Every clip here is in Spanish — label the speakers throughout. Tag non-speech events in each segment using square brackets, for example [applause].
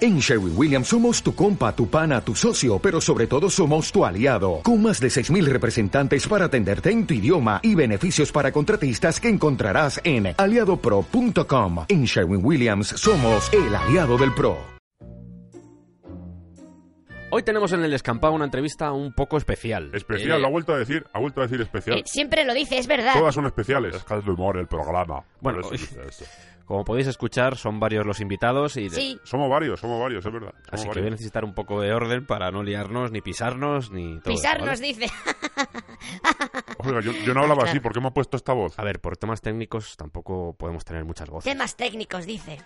Speaker 1: En Sherwin Williams somos tu compa, tu pana, tu socio, pero sobre todo somos tu aliado, con más de 6.000 representantes para atenderte en tu idioma y beneficios para contratistas que encontrarás en aliadopro.com. En Sherwin Williams somos el aliado del PRO.
Speaker 2: Hoy tenemos en el descampado una entrevista un poco especial.
Speaker 3: Especial,
Speaker 2: Eh,
Speaker 3: lo ha vuelto a decir, ha vuelto a decir especial.
Speaker 4: Eh, siempre lo dice, es verdad.
Speaker 3: Todas son especiales. Es que es de humor el programa.
Speaker 2: Bueno,
Speaker 3: Por eso dice eso.
Speaker 2: Como podéis escuchar, son varios los invitados y de-
Speaker 4: Sí,
Speaker 3: somos varios, somos varios, es verdad. Somos
Speaker 2: Así que
Speaker 3: varios.
Speaker 2: voy a necesitar un poco de orden para no liarnos, ni pisarnos, ni todo. eso,
Speaker 4: pisarnos,
Speaker 2: ¿vale?
Speaker 4: dice. [laughs]
Speaker 3: Oiga, yo, yo no hablaba así, ¿por qué me ha puesto esta voz?
Speaker 2: A ver, por temas técnicos tampoco podemos tener muchas voces.
Speaker 4: Temas técnicos, dice.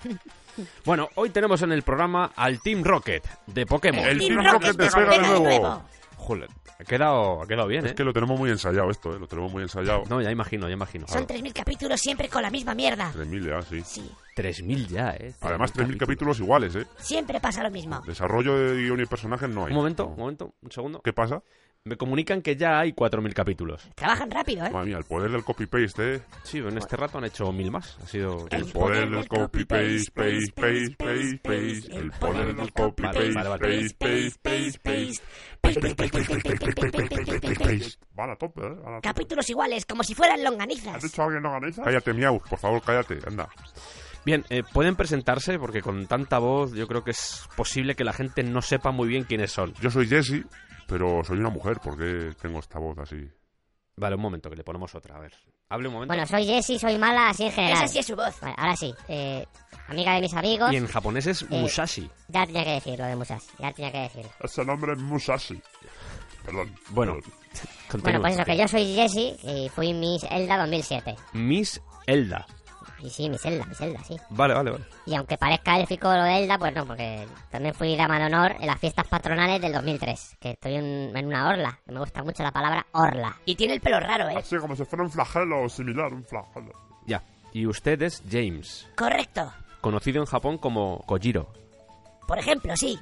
Speaker 2: Bueno, hoy tenemos en el programa al Team Rocket de Pokémon.
Speaker 3: El
Speaker 4: Team
Speaker 3: Team Rocket
Speaker 4: Rocket
Speaker 3: te pega de
Speaker 4: pega de
Speaker 3: nuevo.
Speaker 4: nuevo.
Speaker 2: Joder, ha quedado, ha quedado bien,
Speaker 3: Es
Speaker 2: ¿eh?
Speaker 3: que lo tenemos muy ensayado esto, ¿eh? Lo tenemos muy ensayado.
Speaker 2: No, ya imagino, ya imagino.
Speaker 4: Son 3.000 capítulos siempre con la misma mierda.
Speaker 3: 3.000 ya, ah, sí.
Speaker 4: Sí,
Speaker 2: 3.000 ya, ¿eh?
Speaker 3: Además, 3.000 capítulos iguales, ¿eh?
Speaker 4: siempre pasa lo mismo.
Speaker 3: Desarrollo de guión y personajes no hay.
Speaker 2: Un momento,
Speaker 3: No.
Speaker 2: un momento, un segundo.
Speaker 3: ¿Qué pasa?
Speaker 2: Me comunican que ya hay 4.000 capítulos.
Speaker 4: Trabajan rápido, ¿eh?
Speaker 3: Madre mía, el poder del copy-paste, ¿eh?
Speaker 2: Sí, en este rato han hecho 1.000 más. Ha sido...
Speaker 3: El poder del copy-paste, paste, paste, paste, paste. El poder del copy-paste,
Speaker 2: Vale, vale,
Speaker 3: paste, paste, paste, paste. Paste, paste, paste, paste, paste, paste, paste. Vale, a tope, ¿eh? Vale, a tope.
Speaker 4: Capítulos iguales, como si fueran longanizas.
Speaker 3: a alguien no ganéis? Cállate, miau, por favor, cállate, anda.
Speaker 2: Bien, eh, pueden presentarse porque con tanta voz yo creo que es posible que la gente no sepa muy bien quiénes son.
Speaker 3: Yo soy Jesse, pero soy una mujer, ¿por qué tengo esta voz así?
Speaker 2: Vale, un momento, que le ponemos otra. A ver, hable un momento.
Speaker 5: Bueno, soy Jessie, soy mala, así en general.
Speaker 4: Esa sí es su voz.
Speaker 5: Vale, ahora sí. eh, amiga de mis amigos.
Speaker 2: y en japonés
Speaker 4: Eh,
Speaker 2: es Musashi.
Speaker 5: Ya tenía que decirlo de Musashi, ya tenía que decirlo.
Speaker 3: Ese nombre es Musashi. Perdón.
Speaker 2: Bueno, [laughs]
Speaker 3: perdón.
Speaker 5: Bueno,
Speaker 2: continúa.
Speaker 5: pues eso, que yo soy Jessie y fui Miss Elda 2007.
Speaker 2: Miss Elda.
Speaker 5: Y sí, Miss Elda, Miss Elda, sí.
Speaker 2: Vale, vale, vale.
Speaker 5: Y aunque parezca élfico lo de Elda, pues no, porque también fui dama de honor en las fiestas patronales del 2003. Que estoy en- en una orla, que me gusta mucho la palabra orla.
Speaker 4: Y tiene el pelo raro, ¿eh?
Speaker 3: Así como si fuera un flagelo o similar, un flagelo.
Speaker 2: Ya. Y usted es James,
Speaker 4: Correcto.
Speaker 2: conocido en Japón como Kojiro.
Speaker 4: Por ejemplo, sí.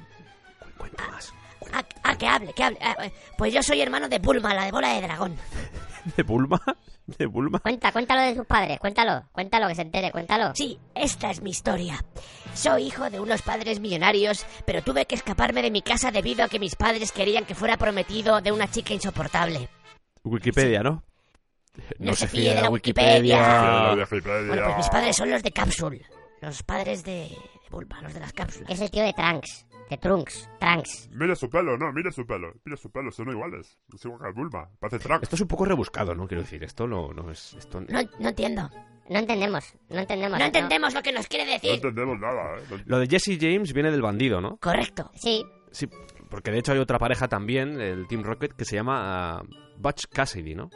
Speaker 2: Cu- Cuenta más. [laughs]
Speaker 4: Ah, ah, que hable, que hable. Ah, eh, pues yo soy hermano de Bulma, la de bola de dragón.
Speaker 2: ¿De Bulma? ¿De Bulma?
Speaker 5: Cuenta, cuéntalo de tus padres, cuéntalo, cuéntalo, que se entere, cuéntalo.
Speaker 4: Sí, esta es mi historia. Soy hijo de unos padres millonarios, pero tuve que escaparme de mi casa debido a que mis padres querían que fuera prometido de una chica insoportable.
Speaker 2: Wikipedia, ¿no?
Speaker 4: No se fíe de la Wikipedia.
Speaker 3: Pero de Wikipedia.
Speaker 4: Bueno, pues mis padres son los de Capsule. Los padres de, de Bulma, los de las cápsulas.
Speaker 5: Es el tío de Trunks, de Trunks, Trunks.
Speaker 3: Mira su pelo, no, mira su pelo. Mira su pelo, son iguales. Es igual que el Bulma. Parece Trunks.
Speaker 2: Esto es un poco rebuscado, ¿no? Quiero decir, esto no, no es... Esto...
Speaker 4: No, no entiendo.
Speaker 5: No entendemos, no entendemos.
Speaker 4: No entendemos lo que nos quiere
Speaker 3: No
Speaker 4: decir.
Speaker 3: entendemos nada, ¿eh? No-
Speaker 2: Lo de Jesse James viene del bandido, ¿no?
Speaker 4: Correcto.
Speaker 5: Sí,
Speaker 2: Sí, porque de hecho hay otra pareja también, el Team Rocket, que se llama ah, Butch Cassidy, ¿no?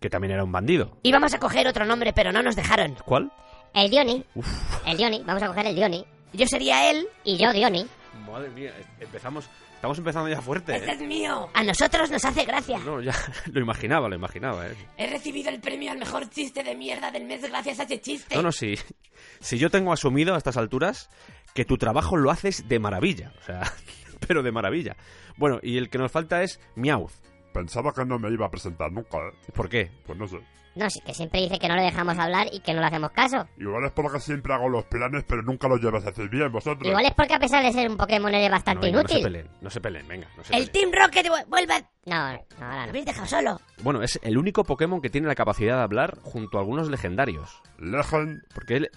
Speaker 2: Que también era un bandido.
Speaker 4: Íbamos a coger otro nombre, pero no nos dejaron.
Speaker 2: ¿Cuál?
Speaker 5: el Diony, el Diony, vamos a coger el Diony.
Speaker 4: Yo sería él.
Speaker 5: Y yo Diony,
Speaker 2: Madre mía, empezamos... Estamos empezando ya fuerte, ¿eh?
Speaker 4: Este es mío. A nosotros nos hace gracia.
Speaker 2: No, ya [laughs] lo imaginaba, lo imaginaba, ¿eh?
Speaker 4: He recibido el premio al mejor chiste de mierda del mes gracias a ese chiste.
Speaker 2: No, no, sí. Si yo tengo asumido a estas alturas que tu trabajo lo haces de maravilla, o sea, [laughs] pero de maravilla. Bueno, y el que nos falta es Miauz.
Speaker 3: Pensaba que no me iba a presentar nunca, ¿eh?
Speaker 2: ¿Por qué?
Speaker 3: Pues no sé.
Speaker 5: no, sí, que siempre dice que no le dejamos hablar y que no le hacemos caso.
Speaker 3: Igual es porque siempre hago los planes, pero nunca los llevas a hacer bien vosotros.
Speaker 5: Igual es porque a pesar de ser un Pokémon eres
Speaker 2: No,
Speaker 5: bastante
Speaker 2: venga, no se
Speaker 5: inútil.
Speaker 2: peleen, no se peleen, venga, no se
Speaker 4: El
Speaker 2: peleen.
Speaker 4: Team Rocket vu- vuelve. a-
Speaker 5: No, no, ahora
Speaker 4: Me
Speaker 5: no.
Speaker 4: habéis dejado solo.
Speaker 2: Bueno, es el único Pokémon que tiene la capacidad de hablar junto a algunos legendarios.
Speaker 3: Legendarios.
Speaker 2: Porque él,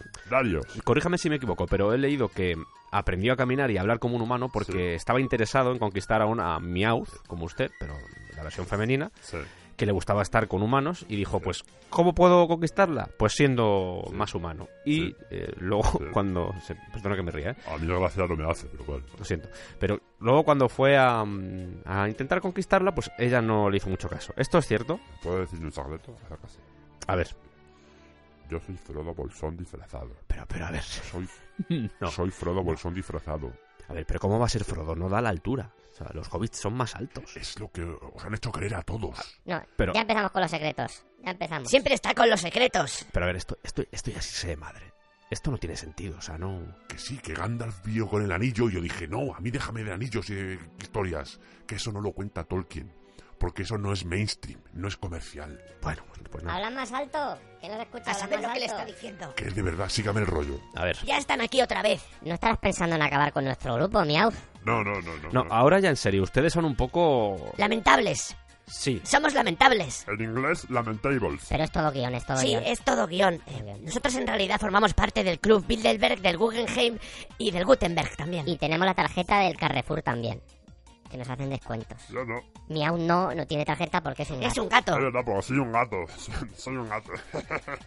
Speaker 2: corríjame si me equivoco, pero he leído que aprendió a caminar y a hablar como un humano porque
Speaker 3: Sí.
Speaker 2: estaba interesado en conquistar a una Miauz, como usted, pero la versión femenina,
Speaker 3: Sí.
Speaker 2: que le gustaba estar con humanos y dijo, pues, ¿cómo puedo conquistarla? Pues siendo
Speaker 3: Sí.
Speaker 2: más humano. Y
Speaker 3: Sí.
Speaker 2: eh, luego
Speaker 3: Sí.
Speaker 2: [laughs] cuando... se- perdona que me ría, ¿eh?
Speaker 3: A mí la gracia no me hace, pero bueno.
Speaker 2: lo siento. Pero luego cuando fue a, mm, a intentar conquistarla, pues ella no le hizo mucho caso. ¿Esto es cierto?
Speaker 3: ¿Puedo decirle un secreto? Acerca así.
Speaker 2: A ver.
Speaker 3: Yo soy Frodo Bolsón disfrazado.
Speaker 2: Pero, pero, a ver.
Speaker 3: Soy,
Speaker 2: [laughs] No.
Speaker 3: soy Frodo Bolsón disfrazado.
Speaker 2: A ver, pero ¿cómo va a ser Frodo? No da la altura. O sea, los hobbits son más altos.
Speaker 3: Es lo que os han hecho creer a todos.
Speaker 5: No,
Speaker 2: Pero-
Speaker 5: ya empezamos con los secretos. Ya empezamos.
Speaker 4: Siempre está con los secretos.
Speaker 2: Pero a ver, esto, esto, esto ya sí se de madre. Esto no tiene sentido, o sea, no...
Speaker 3: Que sí, que Gandalf vio con el anillo y yo dije, no, a mí déjame de anillos y de historias, que eso no lo cuenta Tolkien. porque eso no es mainstream, no es comercial.
Speaker 2: Bueno, bueno, pues nada.
Speaker 5: Habla más alto, que no se escucha.
Speaker 4: A
Speaker 5: habla
Speaker 4: saber
Speaker 5: más
Speaker 4: lo que le está
Speaker 5: alto.
Speaker 4: diciendo.
Speaker 3: Que de verdad, sígame el rollo.
Speaker 2: A ver.
Speaker 4: Ya están aquí otra vez.
Speaker 5: ¿No estarás pensando en acabar con nuestro grupo, Miau?
Speaker 3: No, no, no, no.
Speaker 2: No,
Speaker 3: no.
Speaker 2: ahora ya en serio, ustedes son un poco...
Speaker 4: Lamentables.
Speaker 2: Sí.
Speaker 4: Somos lamentables.
Speaker 3: En inglés, lamentables.
Speaker 5: Pero es todo guión, es todo
Speaker 4: Sí,
Speaker 5: guión.
Speaker 4: es todo guión. Eh,
Speaker 5: Guión.
Speaker 4: Nosotros en realidad formamos parte del club Bilderberg, del Guggenheim y del Gutenberg también.
Speaker 5: Y tenemos la tarjeta del Carrefour también, que nos hacen descuentos.
Speaker 3: Yo no.
Speaker 5: Miau no, no tiene tarjeta porque es un
Speaker 4: Es
Speaker 5: gato.
Speaker 4: un gato.
Speaker 3: Yo no, porque soy un gato. [laughs] soy un gato. [laughs]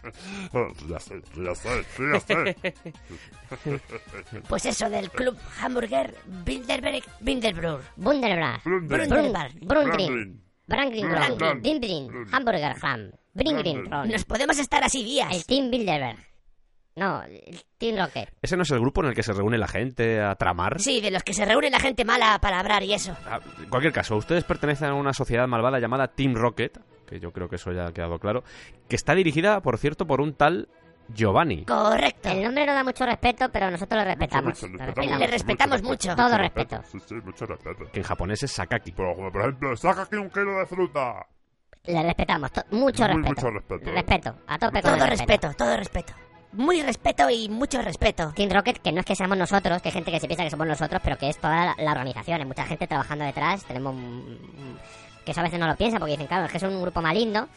Speaker 3: ya sé, ya sé, sí, ya sé.
Speaker 4: Pues eso del club Hamburger Bilderberg Bilderbrug.
Speaker 5: Bundelbra,
Speaker 3: Brundin.
Speaker 5: Brundin. Brundin.
Speaker 3: Brundin.
Speaker 5: Brangrin,
Speaker 3: Brundin.
Speaker 5: Brundin. Dimbrin,
Speaker 3: Brundin.
Speaker 5: Hamburger Ham, Bringrin,
Speaker 3: Brundin.
Speaker 5: Ron.
Speaker 4: Nos podemos estar así
Speaker 5: El
Speaker 4: días.
Speaker 5: Team Bilderberg. No, el Team Rocket.
Speaker 2: ¿Ese no es el grupo en el que se reúne la gente a tramar?
Speaker 4: Sí, de los que se reúne la gente mala para hablar y eso.
Speaker 2: Ah, En cualquier caso, ustedes pertenecen a una sociedad malvada llamada Team Rocket, que yo creo que eso ya ha quedado claro, que está dirigida, por cierto, por un tal Giovanni.
Speaker 4: Correcto.
Speaker 5: El nombre no da mucho respeto, pero nosotros lo respetamos.
Speaker 3: Mucho,
Speaker 5: lo
Speaker 3: mucho,
Speaker 5: respetamos.
Speaker 4: Le respetamos mucho.
Speaker 5: Todo respeto.
Speaker 3: Sí, sí, mucho respeto.
Speaker 2: que en japonés es Sakaki.
Speaker 3: Pero como por ejemplo, saca aquí un kilo de fruta.
Speaker 5: Le respetamos. to- mucho
Speaker 3: Muy,
Speaker 5: respeto.
Speaker 3: mucho respeto. ¿eh?
Speaker 5: Respeto. A tope con
Speaker 4: Todo
Speaker 5: el
Speaker 4: respeto, todo respeto. Muy respeto y mucho respeto.
Speaker 5: Team Rocket, que no es que seamos nosotros, que hay gente que se piensa que somos nosotros, pero que es toda la, la organización. Hay mucha gente trabajando detrás. Tenemos. mm, que eso a veces no lo piensa porque dicen, claro, es que es un grupo maligno.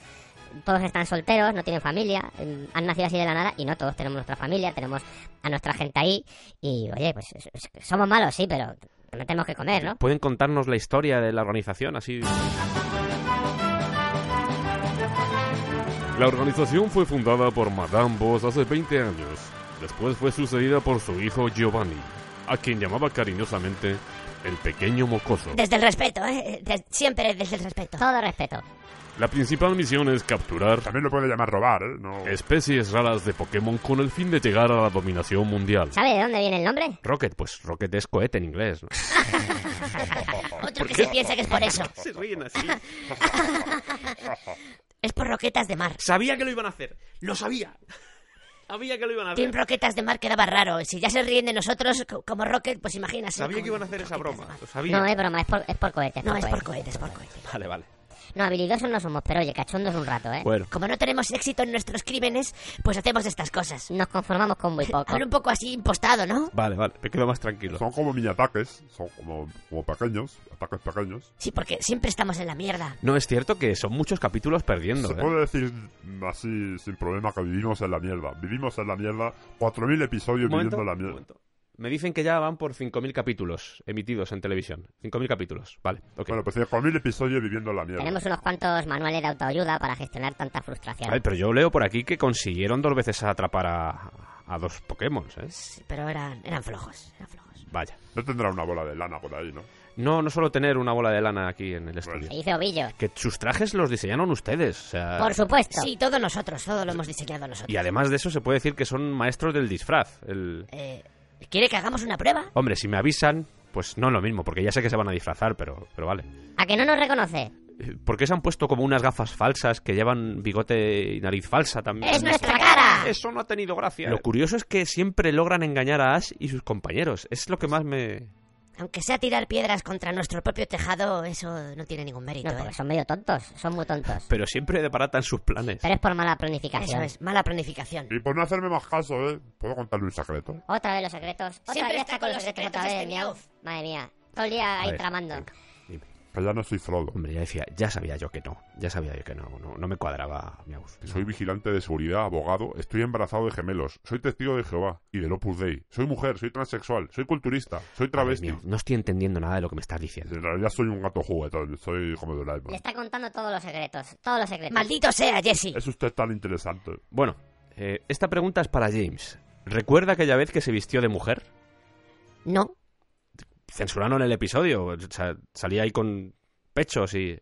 Speaker 5: Pues Todos están solteros, no tienen familia, mm, han nacido así de la nada y no todos tenemos nuestra familia, tenemos a nuestra gente ahí. Y oye, pues es- es- somos malos, sí, pero también tenemos que comer, ¿no?
Speaker 2: ¿Pueden contarnos la historia de la organización así?
Speaker 6: La organización fue fundada por Madame Boss hace 20 años. Después fue sucedida por su hijo Giovanni, a quien llamaba cariñosamente el pequeño mocoso.
Speaker 4: Desde el respeto, ¿eh? Des- siempre desde el respeto.
Speaker 5: Todo respeto.
Speaker 6: La principal misión es capturar
Speaker 3: También lo puede llamar robar, ¿eh? No.
Speaker 6: especies raras de Pokémon con el fin de llegar a la dominación mundial.
Speaker 5: ¿Sabe de dónde viene el nombre?
Speaker 2: Rocket, pues Rocket es cohete en inglés. ¿no?
Speaker 4: Otro que se piensa que es por eso.
Speaker 2: [laughs] Se ríen así.
Speaker 4: Es por roquetas de mar.
Speaker 2: Sabía que lo iban a hacer. Lo sabía. Sabía que lo iban a
Speaker 4: Team
Speaker 2: hacer.
Speaker 4: Roquetas de Mar quedaba raro. Si ya se ríen de nosotros co- como Rocket, pues imagínate.
Speaker 2: Sabía
Speaker 4: como
Speaker 2: que iban a hacer esa
Speaker 4: Roquetas de
Speaker 2: broma.
Speaker 4: Mar.
Speaker 2: Lo
Speaker 5: No,
Speaker 2: sabía.
Speaker 5: es broma, es por, es por cohetes.
Speaker 4: No, es por cohetes, por cohetes.
Speaker 2: Vale, vale.
Speaker 5: No, habilidosos no somos, pero oye, cachondos un rato, ¿eh?
Speaker 2: Bueno.
Speaker 4: Como no tenemos éxito en nuestros crímenes, pues hacemos estas cosas.
Speaker 5: Nos conformamos con
Speaker 4: [laughs]
Speaker 5: muy poco.
Speaker 4: Hablo un poco así impostado, ¿no?
Speaker 2: Vale, vale. Me quedo más tranquilo.
Speaker 3: Son como mini ataques, son como, como pequeños, ataques pequeños.
Speaker 4: Sí, porque siempre estamos en la mierda.
Speaker 2: No, es cierto que son muchos capítulos perdiendo.
Speaker 3: Se
Speaker 2: ¿eh?
Speaker 3: puede decir mm, así sin problema que vivimos en la mierda. Vivimos en la mierda 4.000 episodios
Speaker 2: Un momento,
Speaker 3: viviendo en la
Speaker 2: un
Speaker 3: mierda.
Speaker 2: momento. Me dicen que ya van por 5.000 capítulos emitidos en televisión. 5.000 capítulos, vale. ok.
Speaker 3: Bueno, pues 5.000 episodios viviendo en la mierda.
Speaker 5: Tenemos unos cuantos manuales de autoayuda para gestionar tanta
Speaker 2: A
Speaker 5: frustración.
Speaker 2: ver, pero yo leo por aquí que consiguieron dos veces atrapar a, a dos Pokémon, ¿eh?
Speaker 4: Sí, pero eran, eran flojos, eran flojos.
Speaker 2: Vaya.
Speaker 3: No tendrá una bola de lana por ahí, ¿no?
Speaker 2: No, no solo tener una bola de lana aquí en el estudio.
Speaker 5: Se dice ovillo.
Speaker 2: Que sus trajes los diseñaron ustedes. o sea,
Speaker 5: Por supuesto.
Speaker 4: Sí, todo nosotros, todo lo hemos diseñado nosotros.
Speaker 2: y además de eso se puede decir que son maestros del disfraz. El...
Speaker 4: Eh, ¿Quiere que hagamos una prueba?
Speaker 2: Hombre, si me avisan, pues no es lo mismo, porque ya sé que se van a disfrazar, pero, pero vale.
Speaker 5: ¿A que no nos reconoce?
Speaker 2: Eh, ¿Por qué se han puesto como unas gafas falsas que llevan bigote y nariz falsa también?
Speaker 5: ¡Es nuestra cara!
Speaker 2: Eso no ha tenido gracia. Lo curioso es que siempre logran engañar a Ash y sus compañeros. Es lo que más me...
Speaker 4: Aunque sea tirar piedras contra nuestro propio tejado, eso no tiene ningún mérito.
Speaker 5: No,
Speaker 4: ¿eh?
Speaker 5: porque son medio tontos. Son muy tontos.
Speaker 2: Pero siempre deparatan sus planes.
Speaker 5: Pero es por mala
Speaker 4: Eso
Speaker 5: planificación.
Speaker 4: es, mala planificación.
Speaker 3: Y por no hacerme más caso, ¿eh? ¿Puedo contarle un secreto?
Speaker 5: Otra vez los secretos. Otra
Speaker 4: Siempre
Speaker 5: vez
Speaker 4: está con los secretos
Speaker 5: otra vez,
Speaker 4: este
Speaker 5: miau.
Speaker 4: miau.
Speaker 5: Madre mía. Todo el día ahí
Speaker 2: ver,
Speaker 5: tramando.
Speaker 2: venga, dime.
Speaker 3: Que ya no soy Frodo.
Speaker 2: Hombre, ya decía, ya sabía yo que no. Ya sabía yo que no. No, no me cuadraba mi voz.
Speaker 3: Soy vigilante de seguridad, abogado, estoy embarazado de gemelos, soy testigo de Jehová y del Opus Dei. Soy mujer, soy transexual, soy culturista, soy travesti.
Speaker 2: no estoy entendiendo nada de lo que me estás diciendo.
Speaker 3: En realidad soy un gato juguetón, soy como de
Speaker 5: Le
Speaker 3: Doraemon.
Speaker 5: está contando todos los secretos. Todos los secretos.
Speaker 4: Maldito sea, Jesse.
Speaker 3: Es usted tan interesante.
Speaker 2: Bueno, eh, esta pregunta es para James. ¿Recuerda aquella vez que se vistió de mujer?
Speaker 4: No,
Speaker 2: Censuraron el episodio. o sea, salía ahí con pechos y...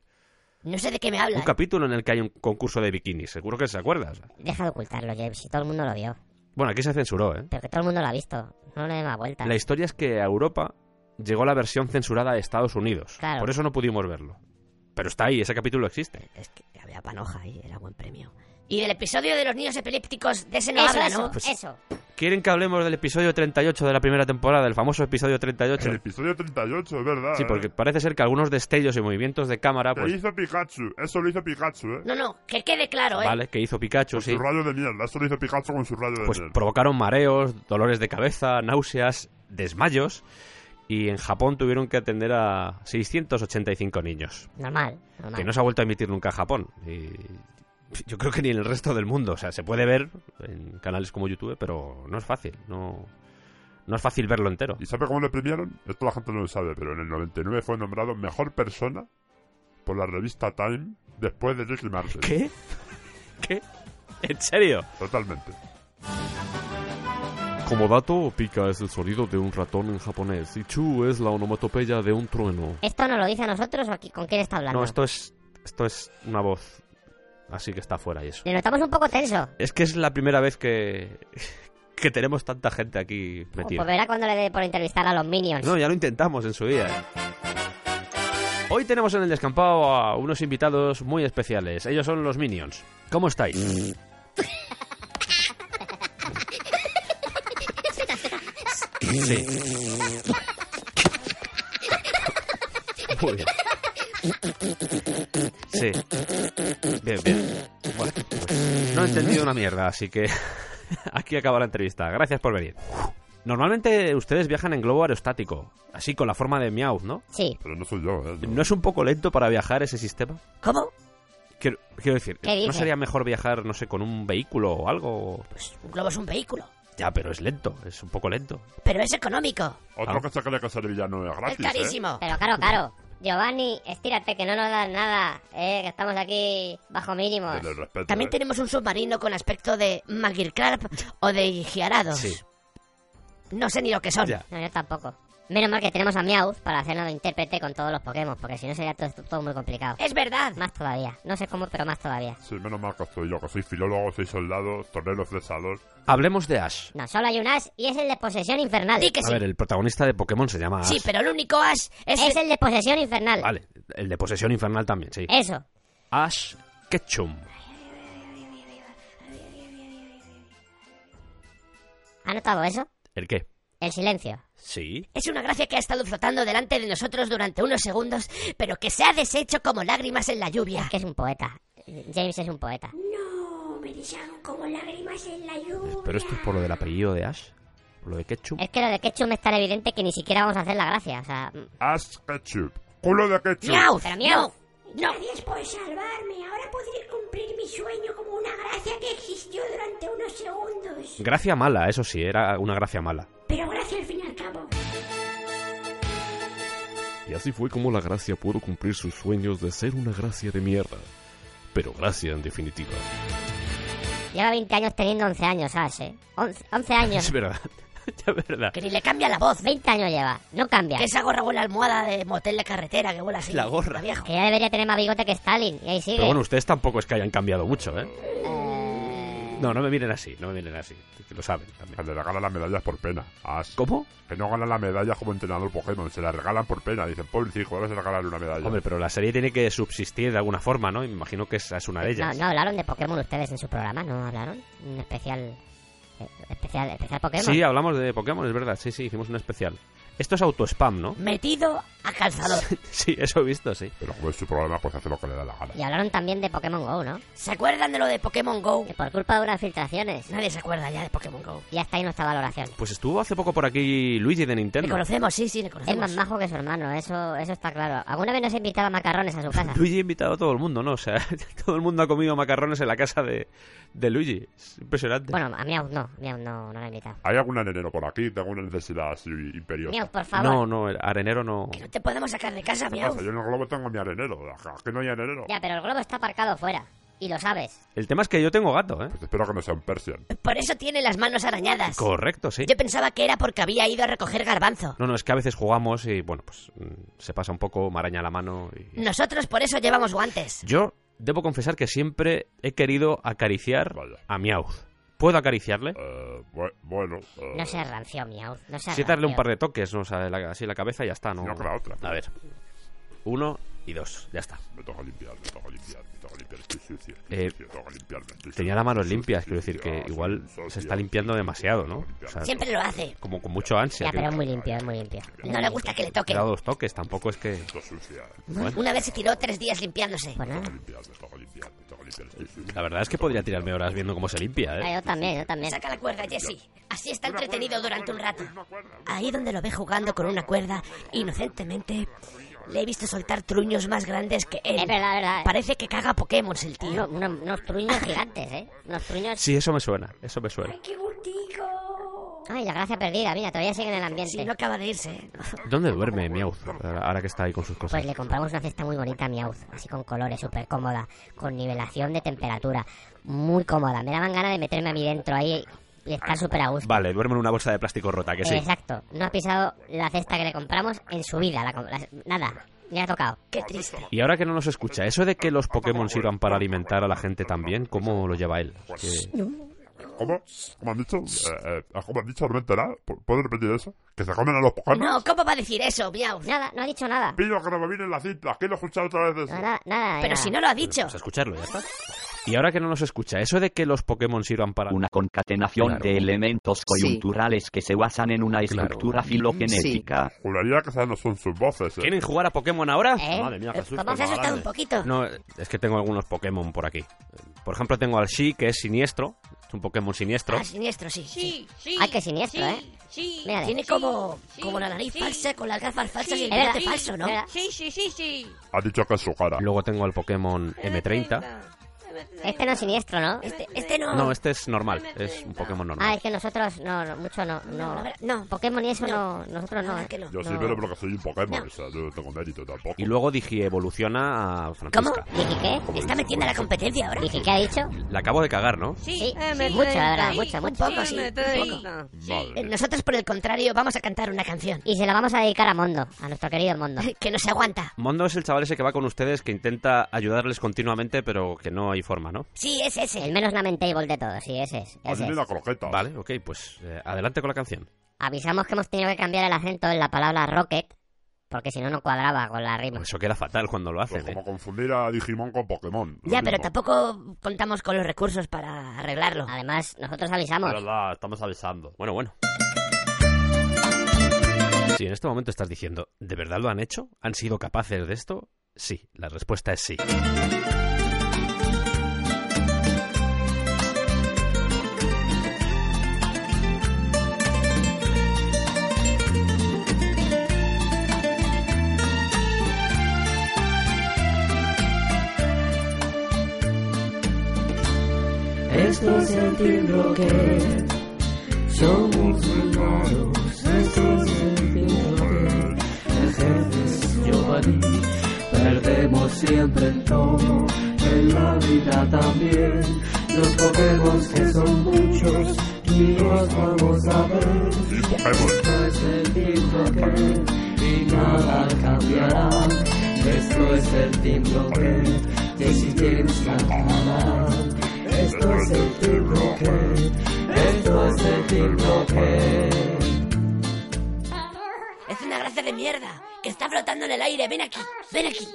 Speaker 4: no sé de qué me habla.
Speaker 2: Un
Speaker 4: ¿eh?
Speaker 2: capítulo en el que hay un concurso de bikinis. Seguro que se acuerda. o sea.
Speaker 5: Deja de ocultarlo, James. Si todo el mundo lo vio.
Speaker 2: Bueno, aquí se censuró, ¿eh?
Speaker 5: Pero que todo el mundo lo ha visto. No le dé más vuelta.
Speaker 2: La historia es que a Europa llegó la versión censurada de Estados Unidos.
Speaker 5: Claro.
Speaker 2: Por eso no pudimos verlo. Pero está ahí, ese capítulo existe.
Speaker 4: Es que había panoja ahí, era buen premio. Y del episodio de los niños epilépticos, de ese no
Speaker 5: Eso,
Speaker 4: habla,
Speaker 5: eso,
Speaker 4: ¿no?
Speaker 2: Pues
Speaker 5: eso.
Speaker 2: ¿Quieren que hablemos del episodio 38 de la primera temporada, el famoso episodio 38?
Speaker 3: El episodio 38, es verdad.
Speaker 2: Sí,
Speaker 3: ¿eh?
Speaker 2: porque parece ser que algunos destellos y movimientos de cámara,
Speaker 3: Te
Speaker 2: pues,
Speaker 3: hizo Pikachu, eso lo hizo Pikachu, ¿eh?
Speaker 4: No, no, que quede claro, ¿eh?
Speaker 2: vale, que hizo Pikachu,
Speaker 3: Con
Speaker 2: sí,
Speaker 3: su rayo de mierda, eso lo hizo Pikachu con su rayo de
Speaker 2: pues
Speaker 3: mierda.
Speaker 2: provocaron mareos, dolores de cabeza, náuseas, desmayos, y en Japón tuvieron que atender a 685 niños,
Speaker 5: Normal, normal.
Speaker 2: que no se ha vuelto a emitir nunca a Japón. Y yo creo que ni en el resto del mundo, o sea, se puede ver en canales como YouTube, pero no es fácil, no, no es fácil verlo entero.
Speaker 3: ¿Y sabe cómo le premiaron? Esto la gente no lo sabe, pero en el 99 fue nombrado mejor persona por la revista Time después de Ricky Martin.
Speaker 2: ¿Qué? ¿Qué? ¿En serio?
Speaker 3: Totalmente.
Speaker 6: Como dato, pica es el sonido de un ratón en japonés y chu es la onomatopeya de un trueno.
Speaker 5: ¿Esto nos lo dice a nosotros o aquí- con quién está hablando?
Speaker 2: No, esto es, esto es una voz, así que está fuera y eso.
Speaker 5: Le notamos un poco tenso.
Speaker 2: Es que es la primera vez que, que tenemos tanta gente aquí
Speaker 5: O,
Speaker 2: metida.
Speaker 5: Pues verá cuando le dé por entrevistar a los Minions.
Speaker 2: No, ya lo intentamos en su día. ¿eh? Hoy tenemos en el descampado a unos invitados muy especiales. Ellos son los Minions. ¿Cómo estáis? Sí. Muy bien. Sí. Bien, bien. Bueno, pues no he entendido una mierda, así que [laughs] aquí acaba la entrevista. Gracias por venir. Normalmente ustedes viajan en globo aerostático, así con la forma de Meowth, ¿no?
Speaker 5: Sí.
Speaker 3: Pero no soy yo, ¿eh?
Speaker 2: ¿No es un poco lento para viajar ese sistema?
Speaker 4: ¿Cómo?
Speaker 2: Quiero, quiero decir,
Speaker 5: ¿Qué dice?
Speaker 2: ¿no sería mejor viajar, no sé, con un vehículo o algo?
Speaker 4: Pues un globo es un vehículo,
Speaker 2: Ya, pero es lento, es un poco lento.
Speaker 4: pero es económico.
Speaker 3: Otro
Speaker 2: Ah.
Speaker 3: que se cree que ser villano es
Speaker 2: ¿eh?
Speaker 3: gratis, ¿eh?
Speaker 4: es carísimo.
Speaker 5: Pero claro, claro. Giovanni, estírate, que no nos das nada. Eh, que estamos aquí bajo
Speaker 3: ¿eh?
Speaker 5: mínimos.
Speaker 3: Desde el respeto,
Speaker 4: También
Speaker 3: ¿eh?
Speaker 4: tenemos un submarino con aspecto de Magir Clark o de Giarados.
Speaker 2: Sí.
Speaker 4: No sé ni lo que son.
Speaker 2: Ya.
Speaker 5: No, yo tampoco. Menos mal que tenemos a Meowth para hacernos de intérprete con todos los Pokémon, porque si no sería todo, todo muy complicado.
Speaker 4: Es verdad.
Speaker 5: Más todavía. No sé cómo, pero más todavía.
Speaker 3: Sí, menos mal que estoy yo, que soy filólogo, soy soldado, tornero, fresador.
Speaker 2: Hablemos de Ash.
Speaker 5: No, solo hay un Ash y es el de posesión infernal.
Speaker 4: Di que
Speaker 2: A
Speaker 4: sí.
Speaker 2: ver, el protagonista de Pokémon se llama Ash.
Speaker 4: Sí, pero el único as es,
Speaker 5: Es el de posesión infernal.
Speaker 2: Vale, el de posesión infernal también, sí.
Speaker 4: Eh.
Speaker 5: Eso.
Speaker 2: Ash Ketchum.
Speaker 5: ¿Ha notado eso?
Speaker 2: ¿El qué?
Speaker 5: El silencio.
Speaker 2: Sí.
Speaker 4: Es una gracia que ha estado flotando delante de nosotros durante unos segundos, pero que se ha deshecho como lágrimas en la lluvia.
Speaker 5: Es que es un poeta. James es un poeta.
Speaker 2: Pero esto es por lo del apellido de Ash, por lo de Ketchum.
Speaker 5: Es que lo de Ketchum es tan evidente que ni siquiera vamos a hacer la gracia. O sea, mm,
Speaker 3: Ash Ketchup. Culo de ketchup.
Speaker 4: ¡Miau!
Speaker 5: Pero miau.
Speaker 4: ¡No!
Speaker 7: Gracias por salvarme. Ahora podré cumplir mi sueño como una gracia que existió durante unos segundos.
Speaker 2: Gracia mala, eso sí, era una gracia mala.
Speaker 7: Pero gracias al fin y al cabo.
Speaker 6: Y así fue como la gracia pudo cumplir sus sueños de ser una gracia de mierda. Pero gracia en definitiva.
Speaker 5: lleva 20 años teniendo 11 años, Ash, ¿eh? 11,
Speaker 2: [laughs]
Speaker 5: 11
Speaker 2: Es
Speaker 5: años.
Speaker 2: verdad, es verdad.
Speaker 4: Que ni le cambia la voz.
Speaker 5: 20 años lleva. No cambia.
Speaker 4: Que esa gorra huele a almohada de motel de carretera que huele así.
Speaker 2: La gorra.
Speaker 4: a viejo.
Speaker 5: Que ya debería tener más bigote que Stalin. Y ahí sigue.
Speaker 2: Pero bueno, ustedes tampoco es que hayan cambiado mucho, ¿eh? No, no me miren así, no me miren así. que Lo saben
Speaker 3: Que
Speaker 2: también.
Speaker 3: le regalan las medallas por pena. Ash.
Speaker 2: ¿Cómo?
Speaker 3: Que no ganan la medalla como entrenador Pokémon, se la regalan por pena. Dicen, pobre hijo, ahora se regalan una medalla.
Speaker 2: Hombre, pero la serie tiene que subsistir de alguna forma, ¿no? Y me imagino que esa es una de
Speaker 5: no,
Speaker 2: ellas.
Speaker 5: no hablaron de Pokémon ustedes en su programa, ¿no hablaron? Un especial... eh, Especial, especial Pokémon.
Speaker 2: Sí, hablamos de Pokémon, es verdad. Sí, sí, hicimos un especial. Esto es auto-spam, ¿no? [laughs]
Speaker 4: Metido a calzador.
Speaker 2: Sí, eso he visto, sí.
Speaker 3: Pero como es su programa, pues hace lo que le da la gana.
Speaker 5: Y hablaron también de Pokémon GO, ¿no? Eh, pues,
Speaker 4: ¿Se acuerdan de lo de Pokémon GO?
Speaker 5: Que por culpa de unas filtraciones.
Speaker 4: Nadie se acuerda ya de Pokémon GO.
Speaker 5: Y hasta ahí nuestra valoración.
Speaker 2: Pues estuvo hace poco por aquí Luigi de
Speaker 4: Le
Speaker 2: Nintendo.
Speaker 4: conocemos, sí, sí, le
Speaker 5: Es más
Speaker 4: conocemos.
Speaker 5: majo que su hermano, eso, eso está claro. ¿Alguna vez nos invitaba macarrones a
Speaker 2: [laughs]
Speaker 5: su casa?
Speaker 2: Luigi ha invitado a todo el mundo, ¿no? O sea, [laughs] todo el mundo ha comido macarrones en la casa de, de Luigi. Es impresionante.
Speaker 5: Bueno, a Miau no, Miau no, no la ha invitado.
Speaker 3: ¿Hay algún enero por aquí? Tengo una necesidad así imperiosa.
Speaker 5: Miau, por favor.
Speaker 2: no, no, el arenero no.
Speaker 4: Que no te podemos sacar de casa,
Speaker 3: ¿Qué
Speaker 4: miau.
Speaker 3: pasa? Yo en el globo tengo mi arenero. Aquí no hay arenero.
Speaker 5: Ya, pero el globo está aparcado fuera. Y lo sabes.
Speaker 2: El tema es que yo tengo gato, ¿eh?
Speaker 3: Pues espero que no sea un Persian.
Speaker 4: Por eso tiene las manos arañadas.
Speaker 2: Correcto, sí.
Speaker 4: Yo pensaba que era porque había ido a recoger garbanzo.
Speaker 2: No, no, es que a veces jugamos y, bueno, pues mm, se pasa un poco, me araña la mano
Speaker 3: Mm.
Speaker 2: y...
Speaker 4: Nosotros por eso llevamos guantes.
Speaker 2: Yo debo confesar que siempre he querido acariciar
Speaker 3: Vaya.
Speaker 2: a Meowth. ¿Puedo acariciarle?
Speaker 3: Eh, bue- bueno. eh,
Speaker 5: No seas rancio, Miau. No seas
Speaker 2: Si darle un
Speaker 5: rancio.
Speaker 2: par de toques, ¿no? O sea, la- así la cabeza y ya está, ¿no?
Speaker 3: No, con la otra.
Speaker 2: A ver. uno y dos. Ya está.
Speaker 3: Me toca limpiar, me toca limpiar, me toca limpiar. Estoy sucio, estoy
Speaker 2: Eh,
Speaker 3: sucio, toca limpiarme, estoy
Speaker 2: Tenía
Speaker 3: sucio,
Speaker 2: las manos
Speaker 3: sucio,
Speaker 2: limpias,
Speaker 3: estoy
Speaker 2: quiero decir que
Speaker 3: sucio,
Speaker 2: igual
Speaker 3: soy sucio,
Speaker 2: se está limpiando demasiado, ¿no? O sea,
Speaker 4: Siempre lo hace.
Speaker 2: como con mucho ansia.
Speaker 5: Ya, pero es
Speaker 2: que
Speaker 5: muy limpio, es muy limpio.
Speaker 4: No le gusta que le
Speaker 2: le
Speaker 4: toquen.
Speaker 2: ha dado dos toques, tampoco es que...
Speaker 3: estoy sucia,
Speaker 4: Una vez se tiró tres días limpiándose.
Speaker 5: Pues nada.
Speaker 3: toca limpiar, me toca limpiar, me toca limpiar, estoy sucio.
Speaker 2: La verdad es que podría tirarme horas viendo cómo se limpia,
Speaker 5: Ah,
Speaker 2: ¿eh?
Speaker 5: yo también, yo también.
Speaker 4: Saca la cuerda, Jesse. Así está
Speaker 3: Una
Speaker 4: entretenido
Speaker 3: cuerda,
Speaker 4: durante un
Speaker 3: una
Speaker 4: rato.
Speaker 3: cuerda, una cuerda.
Speaker 4: Ahí donde lo ve jugando con una cuerda, inocentemente, le he visto soltar truños más grandes que él.
Speaker 5: Es verdad, es verdad.
Speaker 4: Parece que caga Pokémon el tío.
Speaker 5: Uno- uno- unos truños gigantes, ¿eh? Unos truños...
Speaker 2: Sí, eso me suena, eso me suena.
Speaker 7: ¡Ay, qué gustico!
Speaker 5: Ay, la gracia perdida, mira, todavía sigue en el
Speaker 4: Si
Speaker 5: ambiente.
Speaker 4: no acaba de irse. ¿eh? [laughs]
Speaker 2: ¿Dónde duerme Miauz ahora ahora que está ahí con sus cosas?
Speaker 5: Pues le compramos una cesta muy bonita a Miauz, así con colores, súper cómoda, con nivelación de temperatura, muy cómoda. Me daban ganas de meterme a mí dentro ahí y estar súper a gusto.
Speaker 2: Vale, duerme en una bolsa de plástico rota, que sí.
Speaker 5: Exacto, no ha pisado la cesta que le compramos en su vida, la com- la- nada, ni ha tocado.
Speaker 4: Qué triste.
Speaker 2: Y ahora que no nos escucha, eso de que los Pokémon sirvan para alimentar a la gente también, ¿cómo lo lleva él?
Speaker 4: Pues,
Speaker 2: Es que-
Speaker 3: ¿Cómo? ¿Cómo han dicho? Eh, eh, ¿Cómo han dicho? No me he enterado. ¿Puedes repetir eso? ¿Que se comen a los Pokémon?
Speaker 4: No, ¿cómo va a decir eso, Miau?
Speaker 5: Nada, no ha dicho nada.
Speaker 3: Pido que no me vienen las cintas. Quiero escuchar otra vez
Speaker 5: No,
Speaker 3: eso.
Speaker 5: nada, nada.
Speaker 4: Pero
Speaker 5: nada.
Speaker 4: si no lo ha dicho.
Speaker 2: Vamos a escucharlo, ya está. Y ahora que no nos escucha, eso de que los Pokémon sirvan para...
Speaker 8: Una concatenación
Speaker 9: Claro.
Speaker 8: de elementos coyunturales que se basan en una estructura filogenética.
Speaker 3: Juraría que esas no son sus voces. eh.
Speaker 2: ¿Quieren jugar a Pokémon ahora?
Speaker 5: ¿Eh?
Speaker 2: Madre mía, qué susto,
Speaker 4: ¿Cómo se ha asustado
Speaker 2: grande.
Speaker 4: un poquito?
Speaker 2: No, es que tengo algunos Pokémon por aquí. Por ejemplo, tengo al Shi, que es siniestro. Es un Pokémon siniestro.
Speaker 4: Ah, siniestro, sí. sí.
Speaker 5: Ay, qué siniestro, ¿eh? Mírale.
Speaker 4: Tiene como, como la nariz falsa, con las gafas falsas y el bigote falso, ¿no?
Speaker 5: Es verdad.
Speaker 3: Ha dicho que es su cara.
Speaker 2: Luego tengo al Pokémon M30.
Speaker 5: Este no es siniestro, ¿no?
Speaker 4: Este, este no.
Speaker 2: No, este es normal. Es un Pokémon
Speaker 5: Ah,
Speaker 2: normal.
Speaker 5: es que nosotros no, no, mucho no, no.
Speaker 4: la verdad, no.
Speaker 5: Pokémon y eso no, nosotros
Speaker 4: La
Speaker 5: no.
Speaker 4: verdad
Speaker 5: ¿eh?
Speaker 4: que no.
Speaker 3: Yo sí,
Speaker 5: No.
Speaker 3: pero porque soy un Pokémon. O sea, yo no tengo mérito tampoco.
Speaker 2: Y luego Digi evoluciona a
Speaker 4: ¿Cómo?
Speaker 2: Francisca.
Speaker 5: ¿Digi qué?
Speaker 4: ¿Está metiendo la competencia ahora?
Speaker 5: ¿Digi qué ha dicho?
Speaker 2: La acabo de cagar, ¿no?
Speaker 5: Sí, mucho, la verdad, mucho,
Speaker 4: Un
Speaker 5: mucho.
Speaker 4: poco, sí. un poco. Eh,
Speaker 3: Madre.
Speaker 4: Nosotros, por el contrario, vamos a cantar una canción
Speaker 5: Y se la vamos a dedicar a Mondo, a nuestro querido Mondo.
Speaker 4: [laughs] que no se aguanta.
Speaker 2: Mondo es el chaval ese que va con ustedes, que intenta ayudarles continuamente, pero que no hay forma, ¿no?
Speaker 4: Sí, es ese.
Speaker 5: El menos lamentable de todos, sí, ese es.
Speaker 3: A mí
Speaker 5: Ese
Speaker 3: me
Speaker 5: es.
Speaker 3: da croqueta.
Speaker 2: Vale, ok, pues eh, adelante con la canción.
Speaker 5: Avisamos que hemos tenido que cambiar el acento en la palabra rocket, porque si no, no cuadraba con la
Speaker 3: Pues
Speaker 5: rima.
Speaker 2: Pues Eso queda fatal cuando lo
Speaker 3: Es
Speaker 2: hacen, ¿eh?
Speaker 3: como confundir a Digimon con Pokémon. Lo
Speaker 4: Ya,
Speaker 3: mismo.
Speaker 4: pero tampoco contamos con los recursos para arreglarlo.
Speaker 5: Además, nosotros avisamos.
Speaker 2: verdad, estamos avisando. Bueno, bueno. Si en este momento estás diciendo, ¿de verdad lo han hecho? ¿Han sido capaces de esto? Sí, la respuesta es sí.
Speaker 10: Esto es el Team Rocket. Somos soldados. Esto es el Team Rocket. El jefe es Giovanni. Perdemos siempre en todo. En la vida también. Los Pokémon que son muchos. Y los vamos a ver.
Speaker 3: Sí, Pokémon.
Speaker 10: Esto es el Team Rocket. Y nada cambiará. Esto es el Team Rocket. Jesse James cantará. Esto es el Team Rocket. Esto es el Team Rocket.
Speaker 4: Es una gracia de mierda que está flotando en el aire. Ven aquí, ven aquí.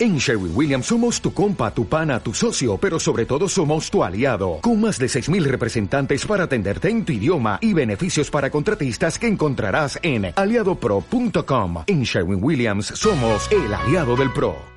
Speaker 1: En Sherwin Williams somos tu compa, tu pana, tu socio, pero sobre todo somos tu aliado, con más de 6.000 representantes para atenderte en tu idioma y beneficios para contratistas que encontrarás en aliadopro.com. En Sherwin Williams somos el aliado del PRO.